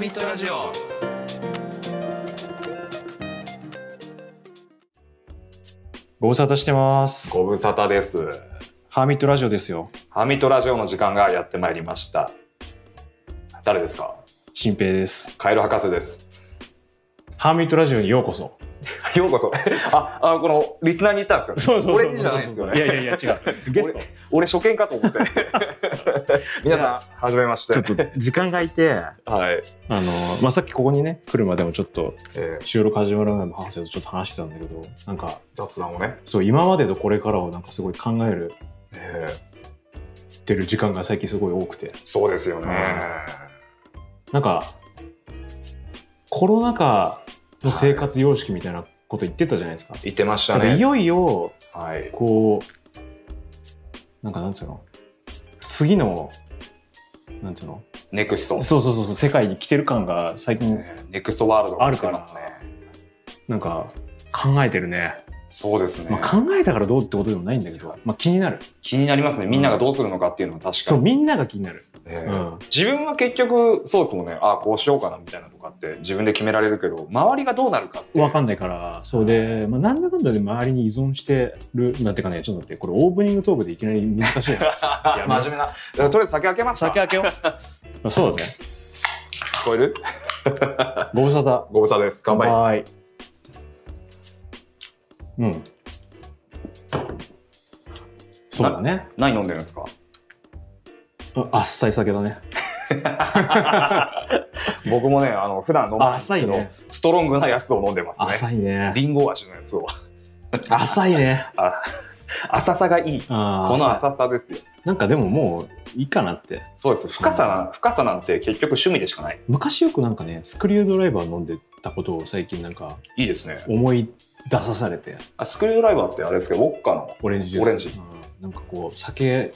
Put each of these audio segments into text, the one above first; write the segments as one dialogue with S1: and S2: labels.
S1: ミッドラジオ
S2: ご無沙汰してます。
S1: ご無沙汰です
S2: ハーミットラジオですよ。
S1: ハミトラジオの時間がやってまいりました誰ですか
S2: 新平です。
S1: カエル博士です
S2: ハーミットラジオにようこそ。
S1: ようこそ ああこのリスナーに言ったんですよ俺にじゃないんですよね
S2: いやいやいや、違う。ゲスト。
S1: 俺初見かと思って 皆さんはじめまして
S2: ちょっと時間が空いて、
S1: はい、
S2: あの、まあ、さっきここにね、来るまでもちょっと
S1: えー、
S2: 収録始まる前も博士とちょっと話してたんだけど、なんか、
S1: 雑談をね、
S2: そう、今までとこれからをなんかすごい考える
S1: えー、
S2: ってる時間が最近すごい多くて、
S1: そうですよね、
S2: なんか、コロナ禍の生活様式みたいなこと言ってたじゃないですか。
S1: 言ってました
S2: なんかい
S1: ね
S2: よいよ、
S1: はい
S2: こうなんかなんつうの次のなんつうの
S1: ネクスト
S2: そうそうそうそう世界に来てる感が最近
S1: ねネクストワールドが来てますね
S2: あるなんか考えてるね、
S1: そうですね、
S2: まあ、考えたからどうってことでもないんだけど、まあ、気になる
S1: 気になりますねみんながどうするのかっていうのは確か
S2: そう
S1: に、
S2: みんなが気になる、
S1: えー
S2: うん、
S1: 自分は結局そうですもんねああこうしようかなみたいなとかって自分で決められるけど周りがどうなるかっていう
S2: 分かんないからそうで、まあ、なんだかんだで周りに依存してるなんていうかねちょっと待ってこれオープニングトークでいきなり難しい な
S1: いや 真面目なとりあえず酒開けますか
S2: 酒
S1: 聞
S2: 開けようあそうだね
S1: こえる
S2: ご無沙汰
S1: ご無沙汰です乾杯
S2: 杯うんそうだね
S1: 何飲んでるんです か
S2: ああっさい酒だね。
S1: 僕もねあの普段飲
S2: あ
S1: ま
S2: 浅いね。
S1: ストロングなやつを飲んでますね
S2: 浅いね。
S1: リンゴ味のやつを
S2: 浅いね。
S1: あ浅さがいい
S2: あー
S1: この
S2: 浅い
S1: 浅さですよ
S2: なんかでももういいかなって。
S1: そうです深さな深さなんて結局趣味でしかない
S2: 昔よくなんかね、スクリュードライバー飲んでたことを最近なんか
S1: いいですね
S2: 思い出さされて、
S1: あスクリュードライバーってあれですけどウォッカの、
S2: オレンジジュース。
S1: オレンジ
S2: うんなんかこう、酒、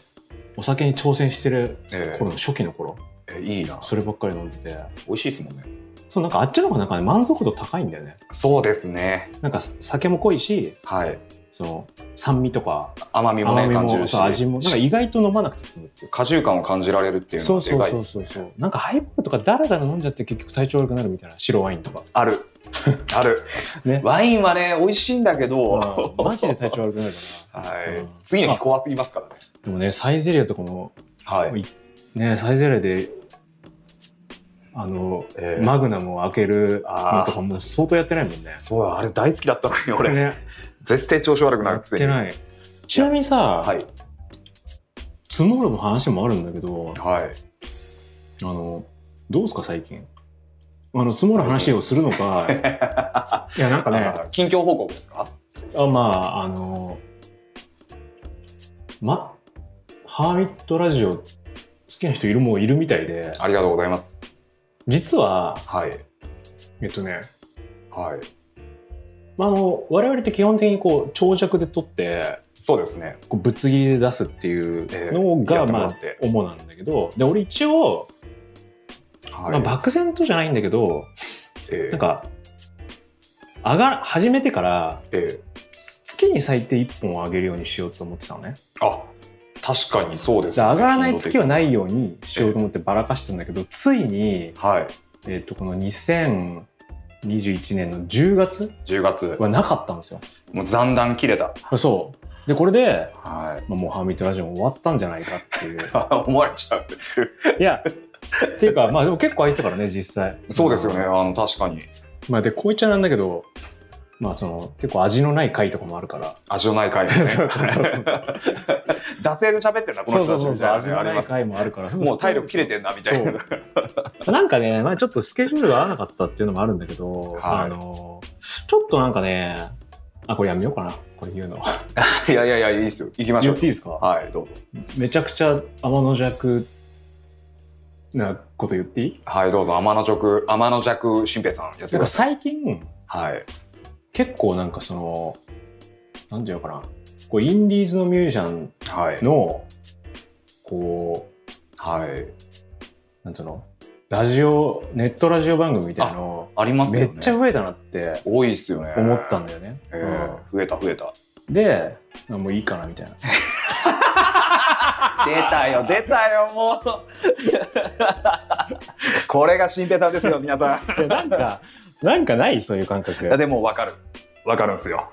S2: お酒に挑戦してる
S1: えー
S2: 頃の初期の頃、
S1: えいいな
S2: そればっかり飲んでて、
S1: 美味しいですもんね
S2: そうなんかあっちの方がなんかね、満足度高いんだよね。
S1: そうですね
S2: なんか酒も濃いし、
S1: はい
S2: その酸味とか
S1: 甘みもね
S2: 甘み
S1: 感じ
S2: も
S1: るし
S2: そう味もなんか意外と飲まなくて済むっていうか
S1: 果汁感を感じられるっていうの
S2: そう
S1: はで
S2: そう
S1: かい
S2: そ
S1: で
S2: う
S1: す
S2: そうそうなんかハイボールとかだらだら飲んじゃって結局体調悪くなるみたいな白ワイン とか、
S1: ある ある、
S2: ね
S1: ワインはね美味しいんだけど、
S2: マジで体調悪くなるか
S1: はい、
S2: うん
S1: 次の日怖すぎますからね
S2: らでもねサイゼリアとかも
S1: はい、
S2: ねサイゼリアであの、
S1: えー
S2: マグナムを開ける
S1: あー
S2: のとかもう相当やってないもんね
S1: そうあれ大好きだったのに俺、
S2: ね
S1: 絶対調子悪くな
S2: や
S1: る
S2: っ
S1: くせ
S2: て
S1: に
S2: ないちなみにさ、
S1: はい
S2: 積もるの話もあるんだけど
S1: はい
S2: あのどうですか最近あの積もる話をするのか いやなんかね
S1: あー近況報告ですか
S2: あまああのまハーミットラジオ好きな人いるもういるみたいで
S1: ありがとうございます
S2: 実は
S1: はい
S2: えっとね、
S1: はい
S2: まあ、あの我々って基本的にこう長尺で撮って
S1: そうですね
S2: こうぶつ切りで出すっていうの
S1: ええや
S2: が、
S1: っても
S2: ま
S1: ら
S2: あ
S1: って
S2: 主なんだけどで俺一
S1: は
S2: 応、
S1: い、
S2: まあ、漠然とじゃないんだけど
S1: えー
S2: なんか上が始めてから
S1: え
S2: つ月に最低1本を上げるようにしようと思ってたのね。
S1: ーあ確かにそうです、
S2: で上がらない月はないようにしよう
S1: え
S2: と思ってばらかしてたんだけど、ついに、
S1: はい
S2: えっとこの2021年の10月
S1: 10月
S2: はなかったんですよ。
S1: もう残弾切れた
S2: そうでこれで、
S1: はい
S2: まあ、もうハーミットラジオも終わったんじゃないかっていう
S1: 思われちゃう
S2: いやっていうかまあでも結構空いてたからね実際
S1: そうですよね、あの確かに
S2: まあでこういっちゃなんだけどまあその結構味のない回とかもあるから
S1: 味のない回ですね
S2: そうそ うそうそう
S1: 惰性で喋ってるなこの人たちみたいな
S2: 味
S1: ねあり
S2: のな
S1: ま
S2: い
S1: す
S2: 回もあるから
S1: もう体力切れてんなみたいな
S2: なんかね、まあ、ちょっとスケジュールが合わなかったっていうのもあるんだけど、
S1: はい
S2: あのちょっとなんかねあこれやめようかなこれ言うの
S1: いやいやいやいいですよ行きましょ
S2: 言
S1: う
S2: っていいですか
S1: はいどうぞ
S2: めちゃくちゃ天の弱なこと言っていい
S1: はいどうぞ天の弱天の弱新平さんやって
S2: な
S1: く
S2: ん
S1: だ
S2: か
S1: さ
S2: 最近
S1: いはい
S2: 結構なんかそのなんていうのかなこうインディーズのミュージシャン
S1: はい
S2: のこう
S1: はい
S2: なんつうのラジオネットラジオ番組みたいなの
S1: ありますよ
S2: め
S1: ね
S2: っちゃ増えたなって
S1: 多いですよね
S2: 思ったんだよね。
S1: え ー増えた増えた
S2: うんであもういいかなみたいな。
S1: 出たよ出たよもう これが新ペタですよ皆さん
S2: いやなんかなんかないそういう感覚
S1: いやでも分かる分かるんですよ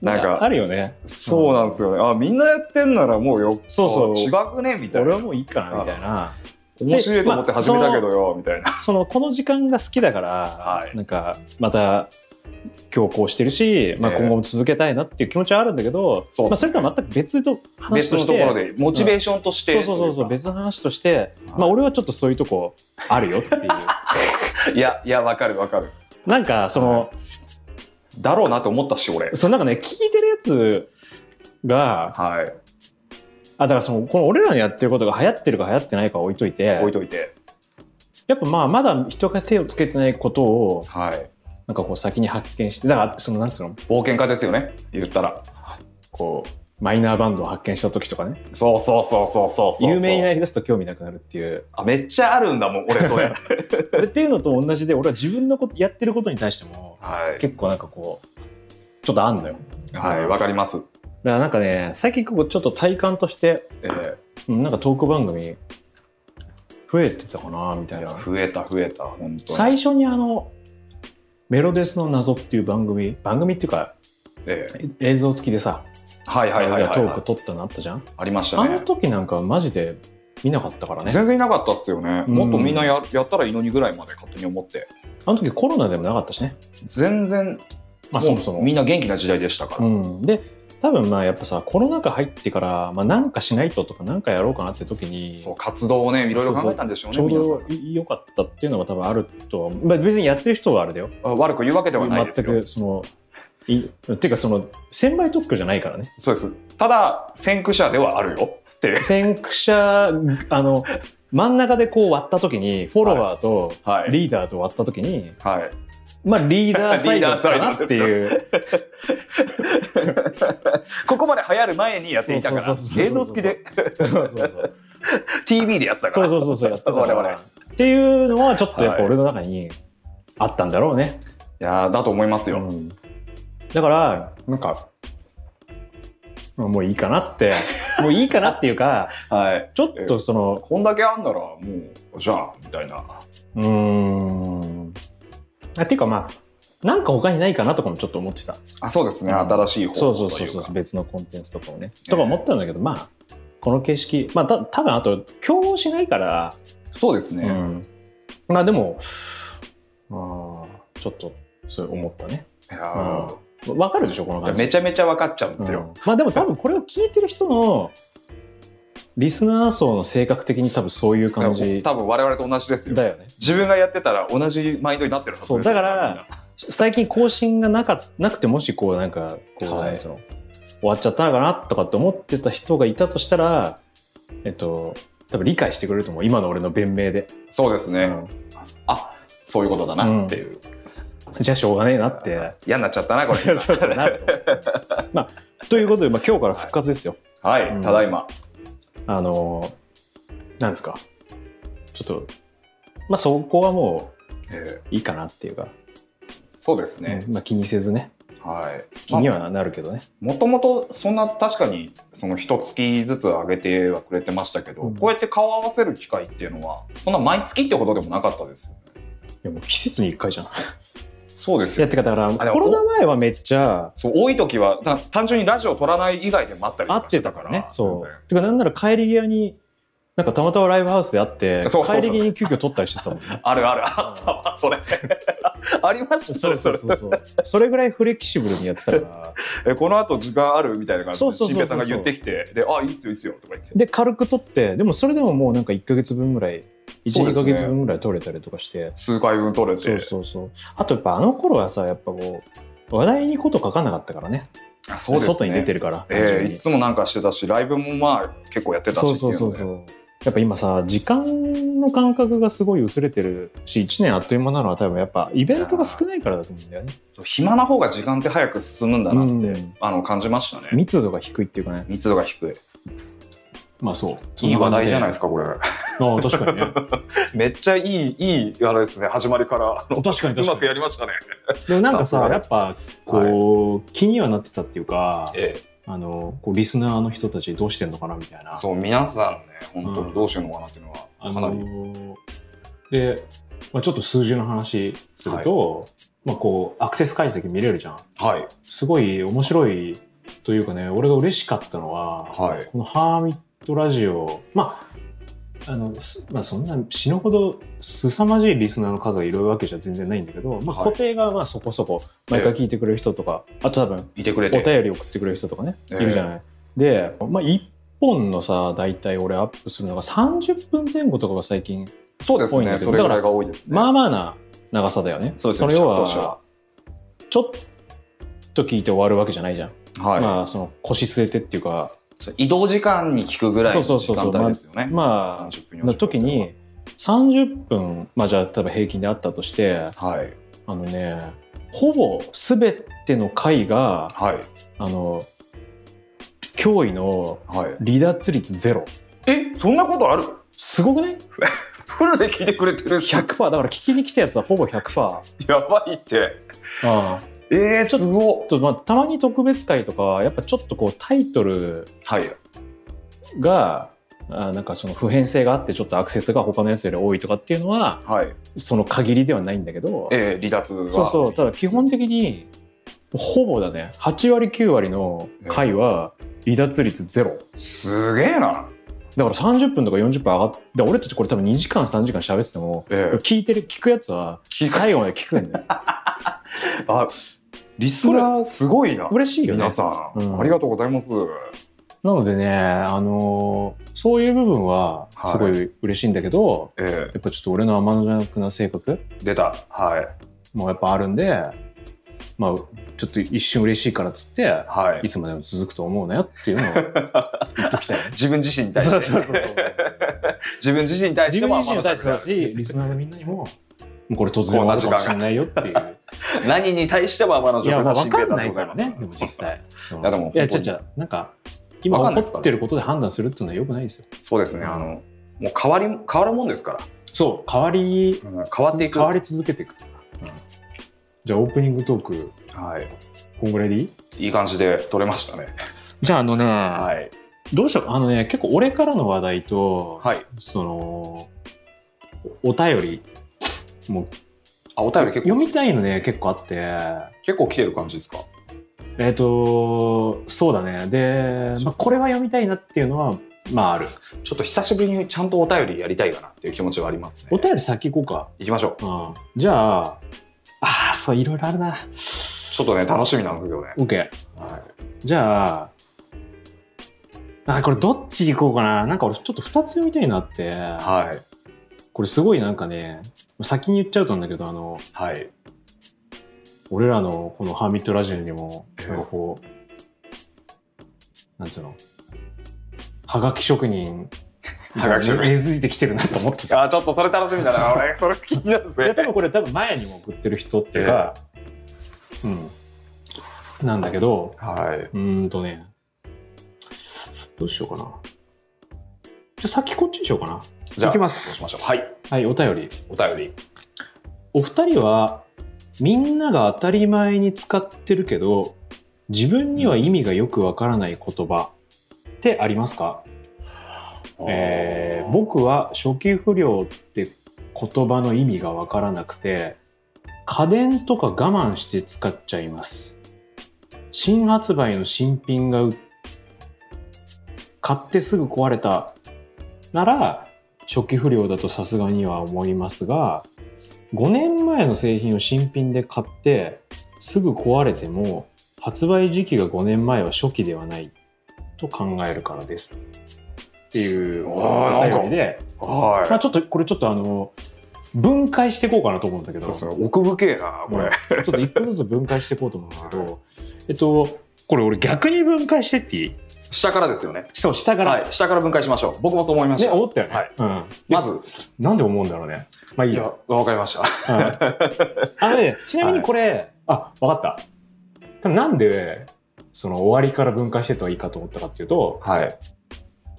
S1: なんか
S2: あるよね
S1: そうなんですよねあみんなやってんならもうよ
S2: そうそう
S1: 違くねみたい
S2: 俺
S1: な
S2: はもういいかなみたいな
S1: 面白いと思って始めたけどよみたいな
S2: そのこの時間が好きだから、
S1: はい
S2: なんかまた強行してるし、まあ、
S1: ええ
S2: 今後も続けたいなっていう気持ちはあるんだけど、
S1: そう
S2: まあ、それとは全く別の話
S1: 別
S2: と
S1: の
S2: し
S1: と
S2: て
S1: ころでモチベーションとして
S2: そうそうそう
S1: とい
S2: そうう
S1: か
S2: 別の話として、
S1: はい
S2: まあ、俺はちょっとそういうとこあるよっていう
S1: いやいや分かる分かる
S2: なんかその
S1: だろうなと思ったし俺
S2: そのなんかね聞いてるやつが
S1: はい
S2: あだからそのこの俺らのやってることが流行ってるか流行ってないかは置いといて
S1: 置いといて
S2: やっぱまあまだ人が手をつけてないことを
S1: はい
S2: なんかこう先に発見してだからそのなんつうの
S1: 冒険家ですよね言ったら
S2: こうマイナーバンドを発見した時とかね
S1: そうそうそうそうそうそう
S2: 有名になりだすと興味なくなるっていう
S1: あめっちゃあるんだもん俺 それ
S2: っていうのと同じで俺は自分のことやってることに対しても
S1: はい
S2: 結構なんかこうちょっとあんのよ
S1: はいわかります
S2: だからなんかね最近ここちょっと体感として
S1: えー
S2: うんなんかトーク番組増えてたかなみたい
S1: いや
S2: な
S1: 増えた増えた本当に、
S2: 最初にあの「メロデスの謎」っていう番組番組っていうか
S1: ええ
S2: 映像付きでさ
S1: はいはいはいはい、
S2: ト
S1: は
S2: ーク
S1: い、
S2: 撮ったのあったじゃん
S1: ありまし
S2: あ
S1: た
S2: の
S1: ね
S2: 時なんかマジで見なかったからね
S1: 全然いなかったっすよね、
S2: うん
S1: もっとみんなややったらいいのにぐらいまで勝手に思って
S2: あの時コロナでもなかったしね
S1: 全然
S2: まあそもそも
S1: うみんな元気な時代でしたから、
S2: うん、で多分まあやっぱさコロナ禍入ってから、まあ、なんかしないととかなんかやろうかなって時に
S1: そう活動をねいろいろ考えたんでしょうね
S2: ちょう
S1: 皆
S2: どい良かったっていうのが多分あるとは、まあ、別にやってる人はあれだよ
S1: さんあ悪く言うわけではないです
S2: 全
S1: よ
S2: くそのいっていうかその専売特許じゃないからね
S1: そうですただ先駆者ではあるよっていう
S2: 先駆者あの真ん中でこう割った時にフォロワーと
S1: はい、
S2: リーダーと割った時に、
S1: はい、
S2: まあリーダーサイドかなっていう
S1: ここまで流行る前にやっていたから
S2: そうそうそうそう
S1: 映像付きで
S2: そう そうそう
S1: TV でやってたか
S2: そう
S1: ら
S2: そうそうそうやったか
S1: 我 々
S2: らっていうのはちょっとやっぱ俺の中にあったんだろうね、
S1: いやーだと思いますよ、
S2: うんだからなんかまあもういいかなってもういいかなっていうか
S1: はい
S2: ちょっとその
S1: こんだけあんならもうじゃあみたいな
S2: うーんあっていうかまあなんか他にないかなとかもちょっと思ってた
S1: あそうですね、
S2: うん
S1: 新しい方
S2: そう
S1: とい
S2: そうう
S1: か
S2: そうそう別のコンテンツとかをね、
S1: え
S2: とか思ったんだけどまあこの形式まあた多分あと競合しないから、
S1: そうですね、
S2: うんまあでもあーちょっとそう思ったね
S1: いやー
S2: わかるでしょこの
S1: いや
S2: 感じ
S1: めちゃめちゃ分かっちゃうんですよ、
S2: まあでも多分これを聞いてる人のリスナー層の性格的に多分そういう感じ
S1: 多分我々と同じですよ
S2: だよね
S1: 自分がやってたら同じマインドになってるはずですよ
S2: そうだから最近更新がなかなくてもしこうなんかこう、
S1: はい
S2: なんつうの終わっちゃったのかなとかって思ってた人がいたとしたらえっと多分理解してくれると思う今の俺の弁明で、
S1: そうですね、
S2: うん
S1: あそういうことだなっていう、
S2: じゃあしょうがねえなって
S1: 嫌になっちゃったなこ
S2: そう
S1: れ
S2: そうそうなると思うまあということで、まあ、今日から復活ですよ
S1: はい、
S2: うん
S1: ただいま
S2: あのなんですかちょっとまあそこはもう
S1: えー
S2: いいかなっていうか、
S1: そうですね、
S2: うんまあ、気にせずね
S1: はい
S2: 気にはなるけどね、
S1: もともとそんな確かにその一月ずつ上げてはくれてましたけど、
S2: うん
S1: こうやって顔合わせる機会っていうのはそんな毎月ってほどでもなかったですよね
S2: いやもう季節に1回じゃん い
S1: そうですよ
S2: やってかだから
S1: でも
S2: コロナ前はめっちゃ
S1: そう多い時はた単純にラジオ撮らない以外でもあったり
S2: 合
S1: と
S2: っ
S1: かしててた
S2: た
S1: か
S2: から
S1: ら
S2: ねそ
S1: 全然
S2: うてかなんなら帰り際になんかたまたまライブハウスで会って
S1: そうそうそう
S2: 帰り際に急遽撮ったりしてたもんね
S1: あるあるあったわそれありました
S2: そうそうそうそうそれぐらいフレキシブルにやってたから
S1: えこのあと時間あるみたいな感じ
S2: そ
S1: で
S2: うそうそうそ
S1: 新
S2: う
S1: 平さんが言ってきてであいいっすよいいっすよとか言って
S2: で軽く撮ってでもそれでももうなんか1ヶ月分ぐらい
S1: そうです
S2: 12ヶ
S1: ね
S2: 月分ぐらい撮れたりとかして
S1: 数回分撮れて
S2: そうそうそうあとやっぱあの頃はさやっぱこう話題にこと書かなかったからね
S1: あそうですね
S2: 外に出てるから、単
S1: え
S2: 純
S1: えい
S2: に
S1: つもなんかしてたしライブもまあ結構やってたし
S2: そうそうそう
S1: って
S2: そ
S1: いうので
S2: やっぱ今さ時間の感覚がすごい薄れてるし1年あっという間なのは多分やっぱイベントが少ないからだと思うんだよね
S1: 暇な方が時間って早く進むんだなって、
S2: うん
S1: あの感じましたね
S2: 密度が低いっていうかね
S1: 密度が低い
S2: まあそう
S1: いい話題じゃない
S2: い
S1: ですかこれ
S2: ああ確かにね
S1: めっちゃいいいいあれですね始まりからあの
S2: 確かに
S1: う
S2: 確
S1: まく
S2: か
S1: や
S2: に
S1: りましたね
S2: でもなんかさ
S1: さすが
S2: やっぱこう、気にはなってたっていうか
S1: ええ
S2: あのこうリスナーの人たちどうしてんのかなみたいな
S1: そう、皆さんね、本当
S2: うん
S1: にどうしてるのかなっていうのは、かなり、
S2: ーで、まあ、ちょっと数字の話すると、まあ、こうアクセス解析見れるじゃん
S1: はい、
S2: すごい面白いというかね俺が嬉しかったのは、
S1: はい、
S2: このハーミットラジオまああの、すまあ、そんな死ぬほど凄まじいリスナーの数がいるわけじゃ全然ないんだけど、まあ、
S1: はい
S2: 固定がまあそこそこ毎回聞いてくれる人とか、あと多分
S1: いてくれ
S2: お便
S1: て。
S2: り送ってくれる人とかね、
S1: ええ
S2: いるじゃない。で、まあ、1本のさ大体俺アップするのが30分前後とかが最近
S1: そうです
S2: 多いん
S1: ね、
S2: だけど
S1: それぐらいが多いですね。
S2: まあまあな長さだよね。
S1: そうですね
S2: れ要
S1: 視聴者は
S2: はちょっと聞いて終わるわけじゃないじゃん。
S1: はい、
S2: まあその腰据えてっていうか
S1: そう移動時間に聞くぐらいの
S2: そう
S1: 時
S2: そう
S1: 間
S2: そう
S1: 帯ですよね。
S2: ま
S1: 30分
S2: あの時、に30分まあじゃあ例えば平均であったとして
S1: 40分はい、
S2: あのねほぼ全ての回が
S1: はい、
S2: あの驚異の
S1: はい。
S2: 離脱率ゼロ
S1: え、そんなことある
S2: すごくない
S1: フルで聞いてくれてる人
S2: ?100% だから聞きに来たやつはほぼ100%。あ
S1: やばいって。
S2: あ
S1: えー、すごっ
S2: ちょっとまあたまに特別会とかはやっぱちょっとこうタイトル
S1: はい、
S2: があなんかその普遍性があってちょっとアクセスが他のやつより多いとかっていうのは
S1: はい。
S2: その限りではないんだけど
S1: えー、離脱は。
S2: そうそうただ基本的にほぼだね8割9割の回は離脱率ゼロ
S1: すげえな。
S2: だから30分とか40分上がってだから俺たちこれ多分2時間3時間喋ってても
S1: えー、
S2: 聞いてる聞くやつは最後まで聞くんだよ
S1: あ、リスナーすごいな。
S2: 嬉しいよ
S1: 皆
S2: ね
S1: さん、
S2: うん
S1: ありがとうございます。
S2: なのでねあのーそういう部分はすごい嬉しいんだけど、
S1: えー、
S2: やっぱちょっと俺の甘のくな性格
S1: 出た。はい。
S2: もやっぱあるんで、まあ、ちょっと一瞬嬉しいからっつって、
S1: はい。
S2: い。つまでも続くと思うなよって いうのを言っときたい
S1: 自分自身に対して。
S2: そうそうそうそう
S1: 自分自身に対して
S2: 自分
S1: も
S2: 自
S1: 天野さ
S2: 身も
S1: ん
S2: 大切
S1: が
S2: だし、リスナーのみんなにも、もうこれ突然終わるかもしれないよっていう。
S1: 何に対しても天野
S2: いや、
S1: さん
S2: ま
S1: が
S2: あ
S1: 真
S2: 分か
S1: 剣
S2: ん
S1: だ
S2: ない
S1: とご
S2: か
S1: ざい
S2: ら
S1: ます
S2: ね、でも実。際。そう
S1: いやでも本当に
S2: いや、ちゃちゃ、なんか、今
S1: わかんない
S2: 起こってることで判断するっていうのはよくないですよ。
S1: そうですね。あのもう変わりも変わるもんですから。
S2: そう、変わり、
S1: うん変わっていく。
S2: 変わ
S1: は
S2: り続けていく。うんじゃあ、オープニングトーク、
S1: い。
S2: こんぐらいでいい
S1: いい感じで取れましたね。
S2: じゃあ、あのね、
S1: はい。
S2: どうしようあのね結構俺からの話題と、
S1: はい。
S2: そのおお便りもう
S1: あお便り結
S2: 読
S1: 構
S2: みたいのね結構あって
S1: 結構来てる感じですか。
S2: えっ、とそうだねで、まあ、これは読みたいなっていうのはまあある
S1: ちょっと久しぶりにちゃんとお便りやりたいかなっていう気持ちはありますね。
S2: お便り先行こ
S1: 行きましょう。
S2: うか、うん、じゃああーそういろいろあるな
S1: ちょっとね楽しみなんですよね。
S2: OK
S1: は
S2: じゃああこれどっち行こうかななんか俺ちょっと2つ読みたいなって、
S1: い。はい。
S2: これすごいなんかね先に言っちゃうとなんだけどあの
S1: はい。
S2: 俺らのこのハーミットラジオにも、
S1: ええ
S2: なんかこう、なんつうの、はがき職人が
S1: はがき職人
S2: 根付いてきてるなと思って さ。
S1: あちょっとそれ楽しみだな。俺 それ気になる
S2: いや、多
S1: ぜ。
S2: 分これ多分前にも送ってる人っていうか、うん、なんだけど、
S1: はい。
S2: うーんとね、どうしようかな。じゃあ先こっちにしようかな。
S1: じゃあ
S2: いきま
S1: そう
S2: す
S1: し。ましょう。はい。
S2: はい、お便り。
S1: お便り。
S2: お二人はみんなが当たり前に使ってるけど自分には意味がよくわからない言葉ってありますか、えー僕は初期不良って言葉の意味がわからなくて家電とか我慢して使っちゃいます新発売の新品がう買ってすぐ壊れたなら初期不良だとさすがには思いますが5年前の製品を新品で買ってすぐ壊れても発売時期が5年前は初期ではないと考えるからですっていうお
S1: あーなんか
S2: 便りで、
S1: はい
S2: まあ、ちょっとこれちょっとあの分解していこうかなと思うんだけ
S1: そう
S2: ど
S1: ですね。奥深えなこれ。
S2: うんちょっと一個ずつ分解していこうと思うん だけどえっとこれ俺逆に分解してっていい
S1: 下からですよね。
S2: そう下から、
S1: はい、下から分解しましょう。僕もそう思いまし
S2: ね
S1: た。
S2: 思ったよね、
S1: はい
S2: うん、
S1: ま
S2: ず
S1: ず、
S2: なんで思うんだろうねまあいい
S1: い
S2: や
S1: や、わかりました。
S2: あのね、ちなみにこれ、あ分かった多分なんでその終わりから分解してとはいいかと思ったかっていうと
S1: はい。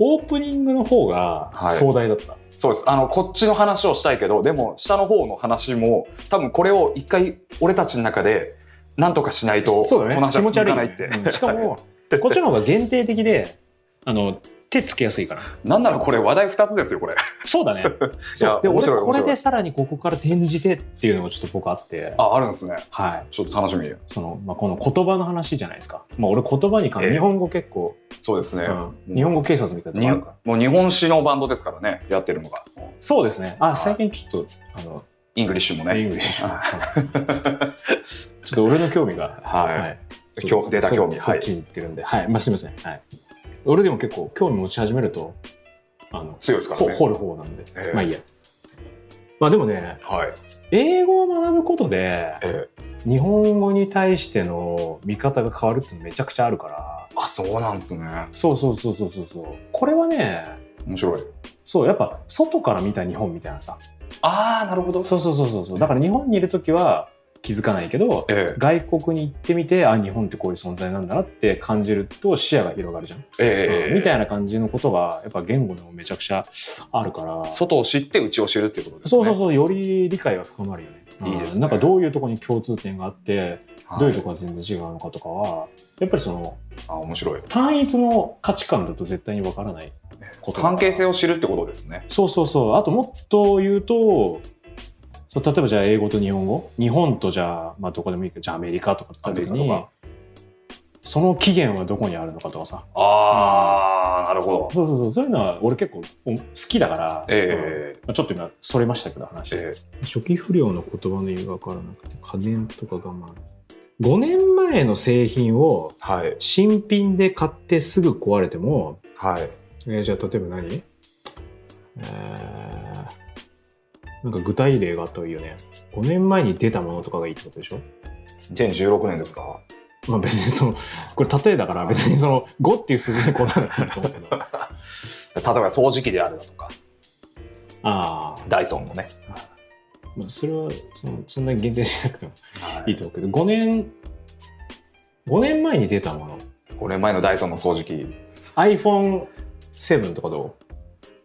S2: オープニングの方が
S1: はい
S2: 壮大だった、
S1: そうです。あの、こっちの話をしたいけど、でも、下の方の話も、多分これを一回、俺たちの中で、なんとかしないと
S2: そうだ
S1: こ
S2: ね
S1: な
S2: 気持ち悪い
S1: かな
S2: よ
S1: い
S2: ね
S1: って、
S2: うんし かもこっちの方が限定的であの手つけやすいから
S1: なんならこれ話題2つですよこれ
S2: そうだね
S1: い
S2: そう
S1: や
S2: で
S1: 面
S2: 俺
S1: 白い
S2: これ
S1: 面白
S2: で
S1: い
S2: さらにここから転じてっていうのもちょっと僕あって
S1: ああるんですね
S2: はい
S1: ちょっと楽しみ
S2: その、まあ、この言葉の話じゃないですか、まあ、俺言葉に関
S1: ええ
S2: 日本語結構、
S1: そうですね、
S2: うん日本語警察みたいなとこある
S1: に
S2: から
S1: もう日本史のバンドですからねやってるのが
S2: そうですね
S1: は
S2: あ
S1: い
S2: 最近ちょっとあの
S1: イングリッシュも
S2: イ
S1: ね
S2: ングリッシュ
S1: は
S2: ちょっと俺の興味が、
S1: はい今日出た興味
S2: は、
S1: はい
S2: そっ
S1: い
S2: ちに行ってるんで、はいまあ、すみません、はい、俺でも結構興味持ち始めるとあの
S1: 強いですから
S2: ほ
S1: ね
S2: 掘る方なんで、
S1: ええ
S2: まあいいやまあでもね
S1: はい、
S2: 英語を学ぶことで
S1: ええ
S2: 日本語に対しての見方が変わるってめちゃくちゃあるから
S1: あそうなんですね
S2: そうそうそうそうそうそうこれはね
S1: 面白い
S2: そうやっぱ外から見た日本みたいなさ
S1: ああなるほど
S2: そうそうそうそうそうだから日本にいる時は気づかないけど
S1: ええ
S2: 外国に行ってみてあ日本ってこういう存在なんだなって感じると視野が広がるじゃん、
S1: ええ
S2: みた
S1: い
S2: いな感じのことがやっぱ言語でもめちゃくちゃあるから
S1: な外を知って内を知るっていうことですね
S2: そうそうそうより理解が深まるよね
S1: いいですね
S2: うんなんかどういうところに共通点があって
S1: はい
S2: どういうところが全然違うのかとかはやっぱりその
S1: あ面白い
S2: 単一の価値観だと絶対にわからないこと
S1: 関係性を知るってことですね
S2: そうそうそうあともっと言うとそう例えばじゃあ英語と日本語日本とじゃあ、まあ、どこでもいいけどじゃあアメリカとかだった時
S1: アメリ
S2: に
S1: カとか
S2: その起源はどこにあるのかとかさ
S1: ああなるほど
S2: そうそうそうそういうのは俺結構お好きだから、
S1: え
S2: うんまあちょっと今それましたけど話、
S1: ええ
S2: 初期不良の言葉の意味が分からなくて家電とか我慢5年前の製品を
S1: えはい
S2: 新品で買ってすぐ壊れても
S1: はい
S2: えーじゃあ例えば何えーなんか具体例があった方がいいよね。5年前に出たものとかがいいってことでしょ
S1: 2016年ですか
S2: まあ別にその、これ例えだから別にその5っていう数字にこだわらなくていいと思うけど。あ
S1: 例えば掃除機であるだとか
S2: あー、
S1: ダイソンのね、
S2: まあ、それはそのそんなに限定しなくても
S1: はい
S2: いと思うけど、5年、5年前に出たもの。
S1: 5年前のダイソンの掃除機
S2: iPhone7 とかど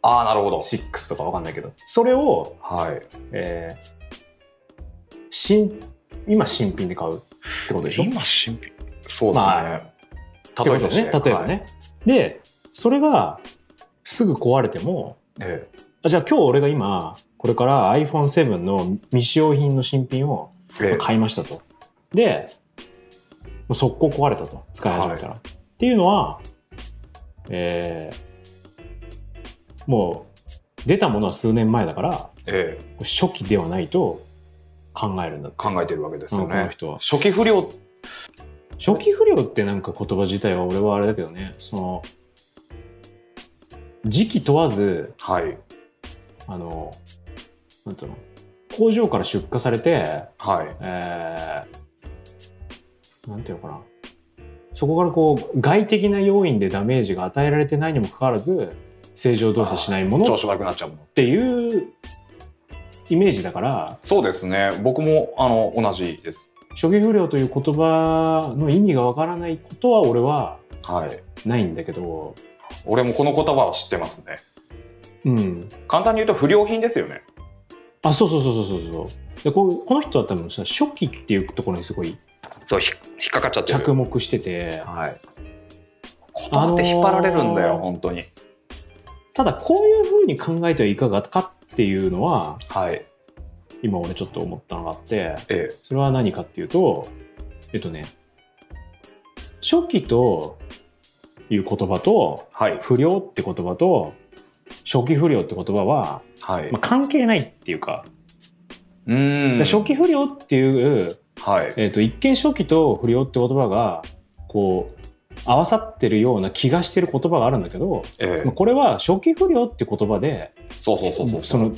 S1: ああなるほ
S2: う
S1: ど
S2: ?6 とかわかんないけど。それを、
S1: はい
S2: えー新、今新品で買うってことでしょ
S1: 今新品そうですね、
S2: まってことですね
S1: として
S2: 例えばね、でそれがすぐ壊れても
S1: はいえ
S2: あじゃあ今日俺が今これから iPhone7 の未使用品の新品を
S1: えええ
S2: 買いましたとでもう速攻壊れたと使い始めたら、っていうのはえーもう出たものは数年前だから
S1: ええ
S2: 初期ではないと考えるんだって
S1: 考えてるわけです
S2: う
S1: よ
S2: んこの
S1: ね
S2: 人は
S1: 初期不良
S2: 初期不良ってなんか言葉自体は俺はあれだけどねその時期問わず
S1: はい
S2: あのなんていうの工場から出荷されて
S1: はい
S2: えー、なんていうのかなそこからこう外的な要因でダメージが与えられてないにもかかわらず正常動作しないもの
S1: 調
S2: っ
S1: 子悪くなっちゃうもの
S2: ていうイメージだから
S1: そうですね僕もあの同じです
S2: 初期不良という言葉の意味がわからないことは俺は
S1: はい
S2: ないんだけど
S1: 俺もこの言葉は知ってますね
S2: うん
S1: 簡単に言うと不良品ですよね
S2: あそうそうそうそうそうそうでこうこの人は多分さ初期っていうところにすごい
S1: そうひ引っかかっちゃってる
S2: 着目してて
S1: はい言葉って引っ張られるんだよ、
S2: あのー
S1: 本当に
S2: ただこういうふうに考えてはいかがかっていうのは
S1: はい
S2: 今俺ちょっと思ったのがあって
S1: ええ
S2: それは何かっていうとえっとね初期という言葉と
S1: はい
S2: 不良って言葉と初期不良って言葉は、
S1: はい、
S2: まあ、関係ないっていうか、
S1: うーん
S2: で初期不良っていう
S1: はい
S2: えー、と一見初期と不良って言葉がこう合わさってるような気がしてる言葉があるんだけど、
S1: ええ
S2: まあこれは初期不良って言葉で
S1: そうそうそうそう
S2: その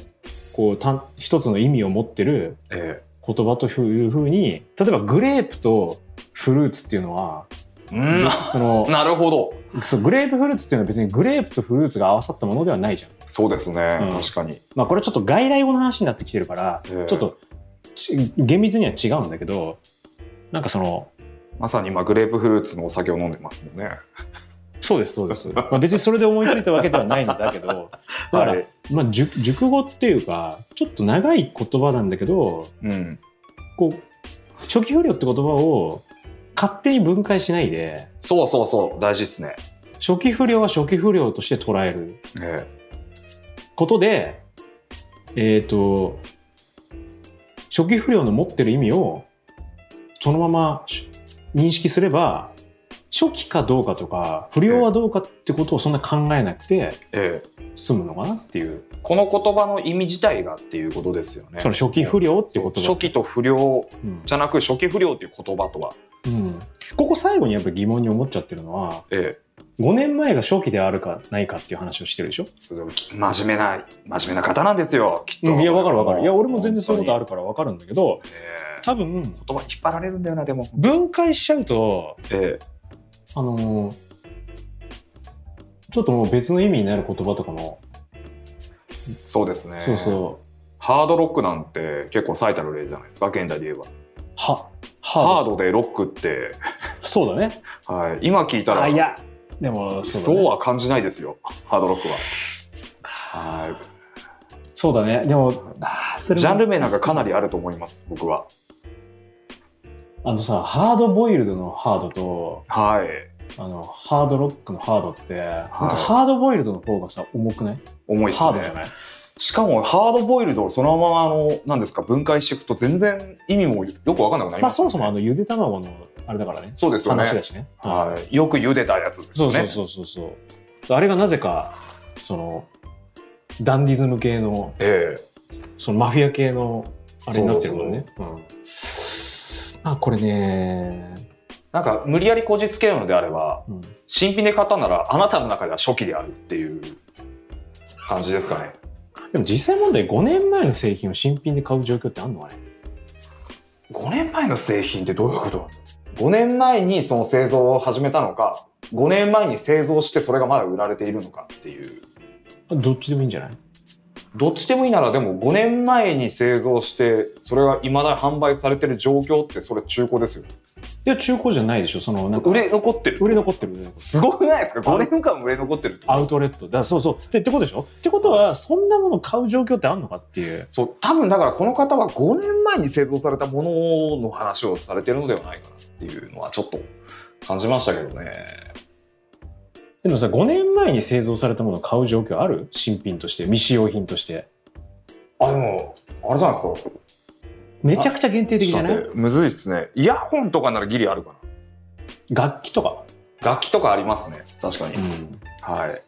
S2: こう単一つの意味を持ってる
S1: え
S2: 言葉というふうに例えばグレープとフルーツっていうのは、
S1: えうん
S2: その
S1: なるほど
S2: そうグレープフルーツっていうのは別にグレープとフルーツが合わさったものではないじゃん。
S1: そうですね、
S2: うん
S1: 確かに
S2: まあ、これちょっと外来語の話になってきてるから、
S1: ええ
S2: ちょっとち厳密には違うんだけどなんかその
S1: まさに今グレープフルーツのお酒を飲んでますもんね
S2: そうですそうです、まあ、別にそれで思いついたわけではないんだけどだか
S1: は
S2: ら、
S1: い
S2: まあ、熟熟語っていうかちょっと長い言葉なんだけど
S1: うん
S2: こう初期不良って言葉を勝手に分解しないで、
S1: そうそうそう、大事っすね。
S2: 初期不良は初期不良として捉える
S1: え
S2: ことで、えっ、と、初期不良の持ってる意味をそのままし認識すれば、初期かどうかとか、不良はどうかってことをそんな考えなくて
S1: ええ
S2: 済むのかなっていう、
S1: えこの言葉の意味自体がっていうことですよね。
S2: その初期不良ってこと
S1: 初期と不良
S2: うん
S1: じゃなく初期不良っていう言葉とは、
S2: うん、ここ最後にやっぱ疑問に思っちゃってるのは
S1: ええ
S2: 5年前が初期であるかないかっていう話をしてるでしょ、
S1: 真面目な真面目な方なんですよきっと、
S2: いやわかるわかるいや俺も全然そういうことあ
S1: る、
S2: るからわかるんだけど
S1: ええ
S2: 多
S1: 言
S2: 分
S1: 葉に引っ張られるんだよなでも、
S2: 分解しちゃうと
S1: ええ
S2: あのーちょっともう別の意味になる言葉とかも、
S1: そうですね
S2: そうそう
S1: ハードロックなんて結構最たる例じゃないですか現代で言えば
S2: は
S1: ハ
S2: は
S1: ードでロックって、
S2: そうだね
S1: はい、今聞いたら
S2: あいやでも
S1: そ,、
S2: そううだね
S1: は感じないですよハードロックは。は
S2: そうだねでもあーそ
S1: い、
S2: れ
S1: ジャンル
S2: も
S1: 名なんかかなりあると思います僕は。
S2: あのさハードボイルドのハードと
S1: はい
S2: あのハードロックのハードって、なんかハードボイルドの方がさ重くない
S1: 重いです
S2: ハードじゃ
S1: ね
S2: ない
S1: しかもハードボイルドをそのままあのなんですか分解していくと全然意味もよく分かんなくなり
S2: まあ
S1: ます
S2: そ
S1: よ
S2: も
S1: ね、
S2: そもあのゆで卵のあれだからね
S1: そうですよね
S2: 話だしね、
S1: はい、よく茹でたやつですね
S2: そうそうそうそうそうあれがなぜかそのダンディズム系の
S1: え
S2: そのマフィア系のあれになってるもんね
S1: えうん
S2: あこれね、
S1: なんか無理やりこじつけるのであれば
S2: うん
S1: 新品で買ったならあなたの中では初期であるっていう感じですかね
S2: でも実際問題5年前の製品を新品で買う状況ってあんのかね
S1: 5年前の製品ってどういうこと5年前にその製造を始めたのか5年前に製造してそれがまだ売られているのかっていう
S2: どっちでもいいんじゃない
S1: どっちでもいいならでも5年前に製造してそれがいまだに販売されてる状況ってそれ中古ですよ
S2: いや中古じゃないでしょそのなんか
S1: 売れ残ってる
S2: 売れ残ってる
S1: すごくないですか5年間売れ残ってるって
S2: アウトレットだそうそうってってことでしょってことはそんなもの買う状況ってあんのかっていう
S1: そう多分だからこの方は5年前に製造されたものの話をされてるのではないかなっていうのはちょっと感じましたけどね
S2: でもさ5年前に製造されたものを買う状況ある新品として未使用品として
S1: あでもあれじゃないですか
S2: めちゃくちゃ限定的じゃな
S1: ちょっ
S2: い
S1: と待ってむずいっすねイヤホンとかならギリあるか
S2: 楽器とか、
S1: な楽器とかありますね確かに、
S2: ん、
S1: はい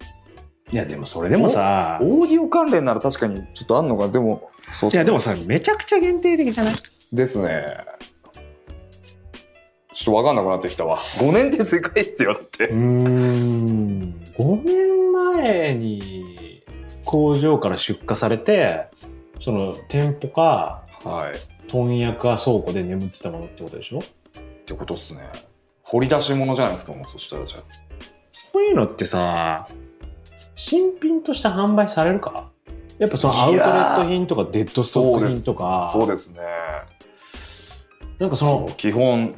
S2: いやでもそれでもさ
S1: オーディオ関連なら確かにちょっとあんのかなでもそうっ
S2: い
S1: すね
S2: やでもさめちゃくちゃ限定的じゃない
S1: ですねちょっと分かんなくなってきたわ5年で世界っすよだって
S2: ん5年前に工場から出荷されてその店舗か
S1: はい
S2: 問屋か倉庫で眠ってたものってことでしょ
S1: ってことっすね掘り出し物じゃないですかもうそしたらじゃあ
S2: そういうのってさ新品として販売されるかやっぱそのアウトレット品とかデッドストック品とか
S1: そうですね
S2: なんかその
S1: 基本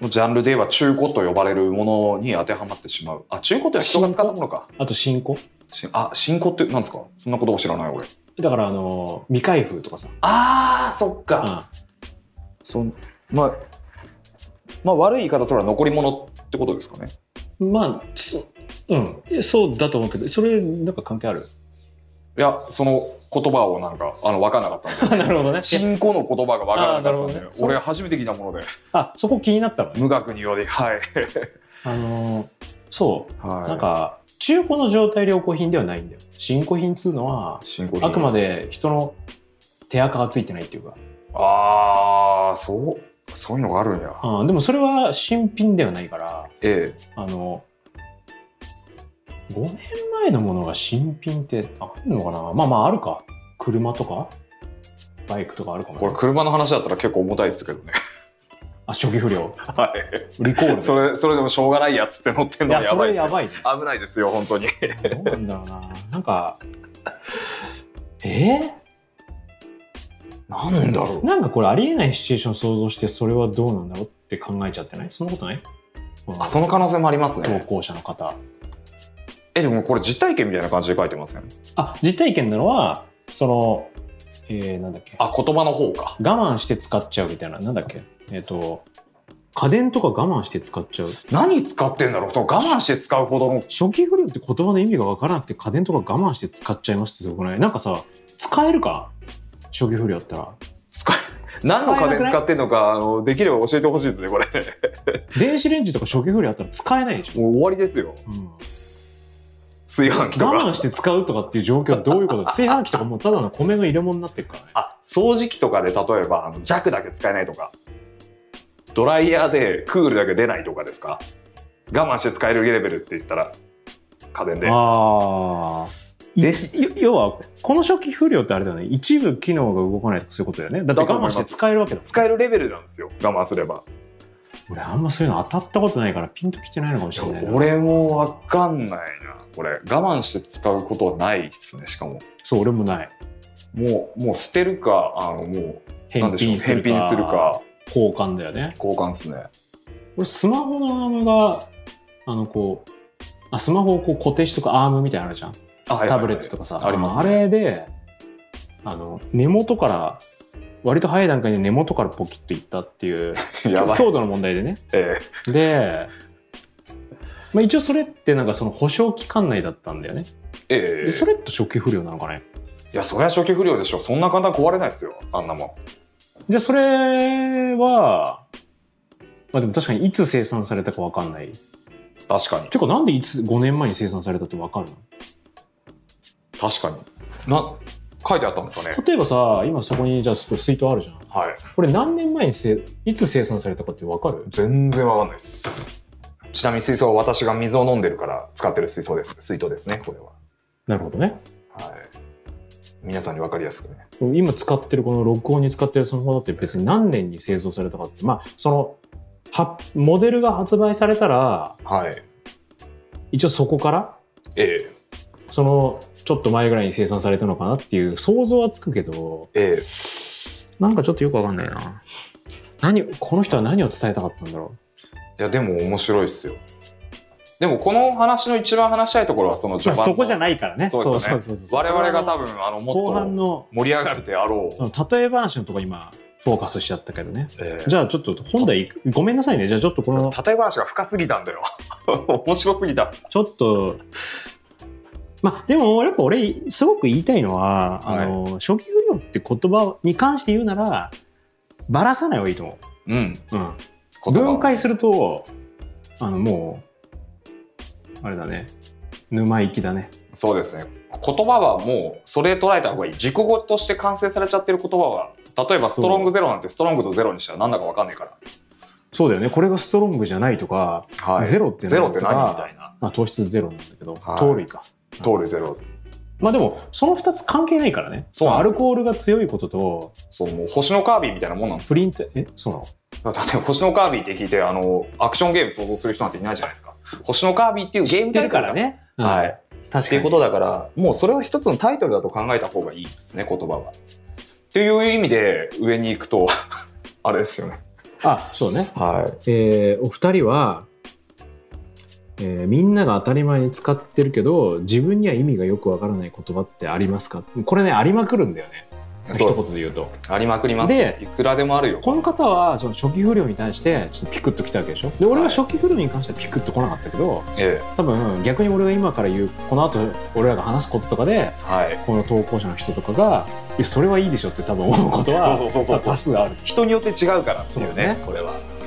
S1: のジャンルで言えば中古と呼ばれるものに当てはまってしまうあ中古とは人が使ったものか
S2: あと新古
S1: しあ新古ってなんですかそんな言葉知らない俺
S2: だからあの未開封とかさ、
S1: あーそっ
S2: うん
S1: か、そんまあまあ悪い言い方それは残り物ってことですかね
S2: まあそうんえそうだと思うけどそれなんか関係ある
S1: いやその言葉をなんかあの分 からなか ったんで
S2: なるほどね
S1: 新古の言葉が分からなか
S2: あーなるほ
S1: った
S2: ど
S1: んで、
S2: ねそう
S1: 俺初めて聞いたもので
S2: あそこ気になったのね
S1: 無学によりはい、
S2: あのそ う、
S1: はい、
S2: なんか中古の状態良好品ではないんだよ新古品っつうのは
S1: 新古
S2: あくま
S1: で
S2: で人の手垢がついてないっていうか、
S1: ああそうそういうのがあるんや
S2: うん、でもそれは新品ではないから
S1: ええ
S2: あの5年前のものが新品ってあるのかなまあまああるか車とかバイクとかあるかも
S1: こ
S2: ね、
S1: れ車の話だったら結構重たいですけどね
S2: あ初期不良
S1: は
S2: リコー
S1: い
S2: ル
S1: それそれでもしょうがないやつって乗ってん
S2: い
S1: のは
S2: や
S1: や
S2: そ
S1: ばい,、
S2: れやばいね
S1: 危ないですよ本当に
S2: どうなんだろうななんかえ
S1: なんだろ
S2: ー、なんかこれありえないシチュエーションを想像してそれはどうなんだろうって考えちゃってないそんなことないこの
S1: あその可能性もあります
S2: 投
S1: ね
S2: 稿者の方
S1: えでもこれ実体験みたいな感じで書いてません
S2: あ実体験なのはそのえー、なんだっけ
S1: あ、言葉の方か。
S2: 我慢して使っちゃうみたいななんだっけえっ、と家電とか我慢して使っちゃう
S1: 何使ってんだろうその我慢して使うほどの。
S2: 初期不良って言葉の意味が分からなくて家電とか我慢して使っちゃいますってすごくないなんかさ使えるか初期不良ったら
S1: 使い何の家電使ってんのか、あの、できれば教えてほしいですね、これ。
S2: 電子レンジとか初期不良あったら使えないでしょ、
S1: もう終わりですよ。
S2: うん
S1: 炊飯器と
S2: 我慢
S1: か。
S2: して使うとかっていう状況はどういうこと炊飯器とかもうただの米の入れ物になってるからね
S1: あ、掃除機とかで例えば、あの弱だけ使えないとか。ドライヤーでクールだけ出ないとかですか我慢して使えるレベルって言ったら、家電で。
S2: ああ
S1: で
S2: 要はこの初期不良ってあれだよね一部機能が動かないとかそういうことだよねだって
S1: だと思
S2: 我
S1: いま
S2: 慢
S1: す
S2: して使えるわけだもん
S1: 使えるレベルなんですよ、我慢すれば。
S2: 俺あんまそういうの当たったことないからピンときてないのかもしれないな
S1: 俺もわかんないなこれ我慢して使うことはないですねしかも
S2: そう俺もない
S1: もうもう捨てるかあのもうなん
S2: 返
S1: でしょう
S2: 品する
S1: 返
S2: か
S1: 品するか
S2: 交換だよね
S1: 交換ですね
S2: 俺スマホのアームがあのこうあスマホをこう固定しとくアームみたいなのあるじゃん
S1: あ
S2: タブレットとかさ、
S1: あります
S2: あれであの根元から割と早い段階で根元からポキッといったっていう
S1: と やばい、
S2: 強度の問題でね
S1: え
S2: で、まあ、一応それってなんかその保証期間内だったんだよね
S1: えええ
S2: でそれって初期不良なのかね
S1: いやそりゃ初期不良でしょそんな簡単に壊れないですよあんなもん
S2: じゃあそれはまあでも確かにいつ生産されたか分かんない
S1: 確かに
S2: てかなんでいつ5年前に生産されたって分かるの
S1: 確かにな書いてあったんですかね
S2: 例えばさ今そこにじゃあこれ水筒あるじゃん
S1: はい
S2: これ何年前にせいつ生産されたかって分かる
S1: 全然わかんないですちなみに水槽は私が水を飲んでるから使ってる水槽です水筒ですねこれは
S2: なるほどね
S1: はい皆さんにわかりやすくね
S2: 今使ってるこの録音に使ってるスマホだって別に何年に製造されたかってまあそのはモデルが発売されたら
S1: はい
S2: 一応そこから
S1: ええ
S2: そのちょっと前ぐらいに生産されたのかなっていう想像はつくけど
S1: ええ
S2: なんかちょっとよくわかんないな何この人は何を伝えたかったんだろ
S1: いやでも面白いっすよでもこの話の一番話したいところはその
S2: う、ま
S1: 序
S2: あ、
S1: 盤の
S2: そこじゃないからね
S1: そうです
S2: そ
S1: よ
S2: う
S1: ね
S2: そうそうそう
S1: 我々が多分あの
S2: 後半
S1: もっと
S2: の
S1: 盛り上がるであろ、
S2: そうの例え話のとこ今フォーカスしちゃったけどね
S1: ええ
S2: じゃあちょっと本題行くごめんなさいねじゃあちょっとこの
S1: 例え話が深すぎたんだよ 面白すぎた
S2: ちょっと、まあ、でもやっぱ俺、すごく言いたいのは、
S1: はい
S2: あの初期不良って言葉に関して言うなら、ばらさない方がいいと思
S1: うん
S2: う。うん、
S1: 言葉を
S2: 分解すると、あのもう、あれだね、沼行きだね。
S1: そうですね言葉はもうそれ捉えた方がいい自己語として完成されちゃってる言葉は例えばストロングゼロなんてストロングとゼロにしたら何だか分かんないから、
S2: そうだよね、これがストロングじゃないとか、
S1: はいゼ
S2: ゼロって
S1: ロ
S2: 何
S1: っ
S2: と
S1: て
S2: か、
S1: 何みたいな
S2: まあ、糖質ゼロなんだけど、
S1: はい
S2: 糖類か。
S1: 通るゼロ
S2: まあでも、その2つ関係ないからね。
S1: そう
S2: そ
S1: な
S2: の
S1: ん
S2: ア
S1: ですよ
S2: ルコールが強いことと、
S1: そうもう星のカービィみたいなもんなんです
S2: プリント、え、そうなの
S1: だって星のカービィって聞いてあのアクションゲーム想像する人なんていないじゃないですか星のカービィっていうゲームタイトルだ
S2: ね。うん
S1: はい、っ
S2: 確
S1: て
S2: か
S1: い
S2: に
S1: うことだからもうそれを一つのタイトルだと考えた方がいいですね言葉は。っていう意味で上に行くと あれですよね。
S2: あそうね、
S1: はい、
S2: えーお二人は、えーみんなが当たり前に使ってるけど自分には意味がよくわからない言葉ってありますかこれねありまくるんだよね一
S1: そうで
S2: 言で言うと
S1: ありまくります
S2: で
S1: いくらでもあるよ。
S2: この方はその初期不良に対してちょっとピクッときたわけでしょで俺は初期不良に関してはピクッと来なかったけど
S1: ええ
S2: 多分逆に俺が今から言うこの後俺らが話すこととかで
S1: はい、
S2: この投稿者の人とかが「いやそれはいいでしょ」って多分思うことは
S1: そうそうそうそう
S2: 多数ある
S1: 人によって違うからっていう
S2: そうね
S1: ねこれは。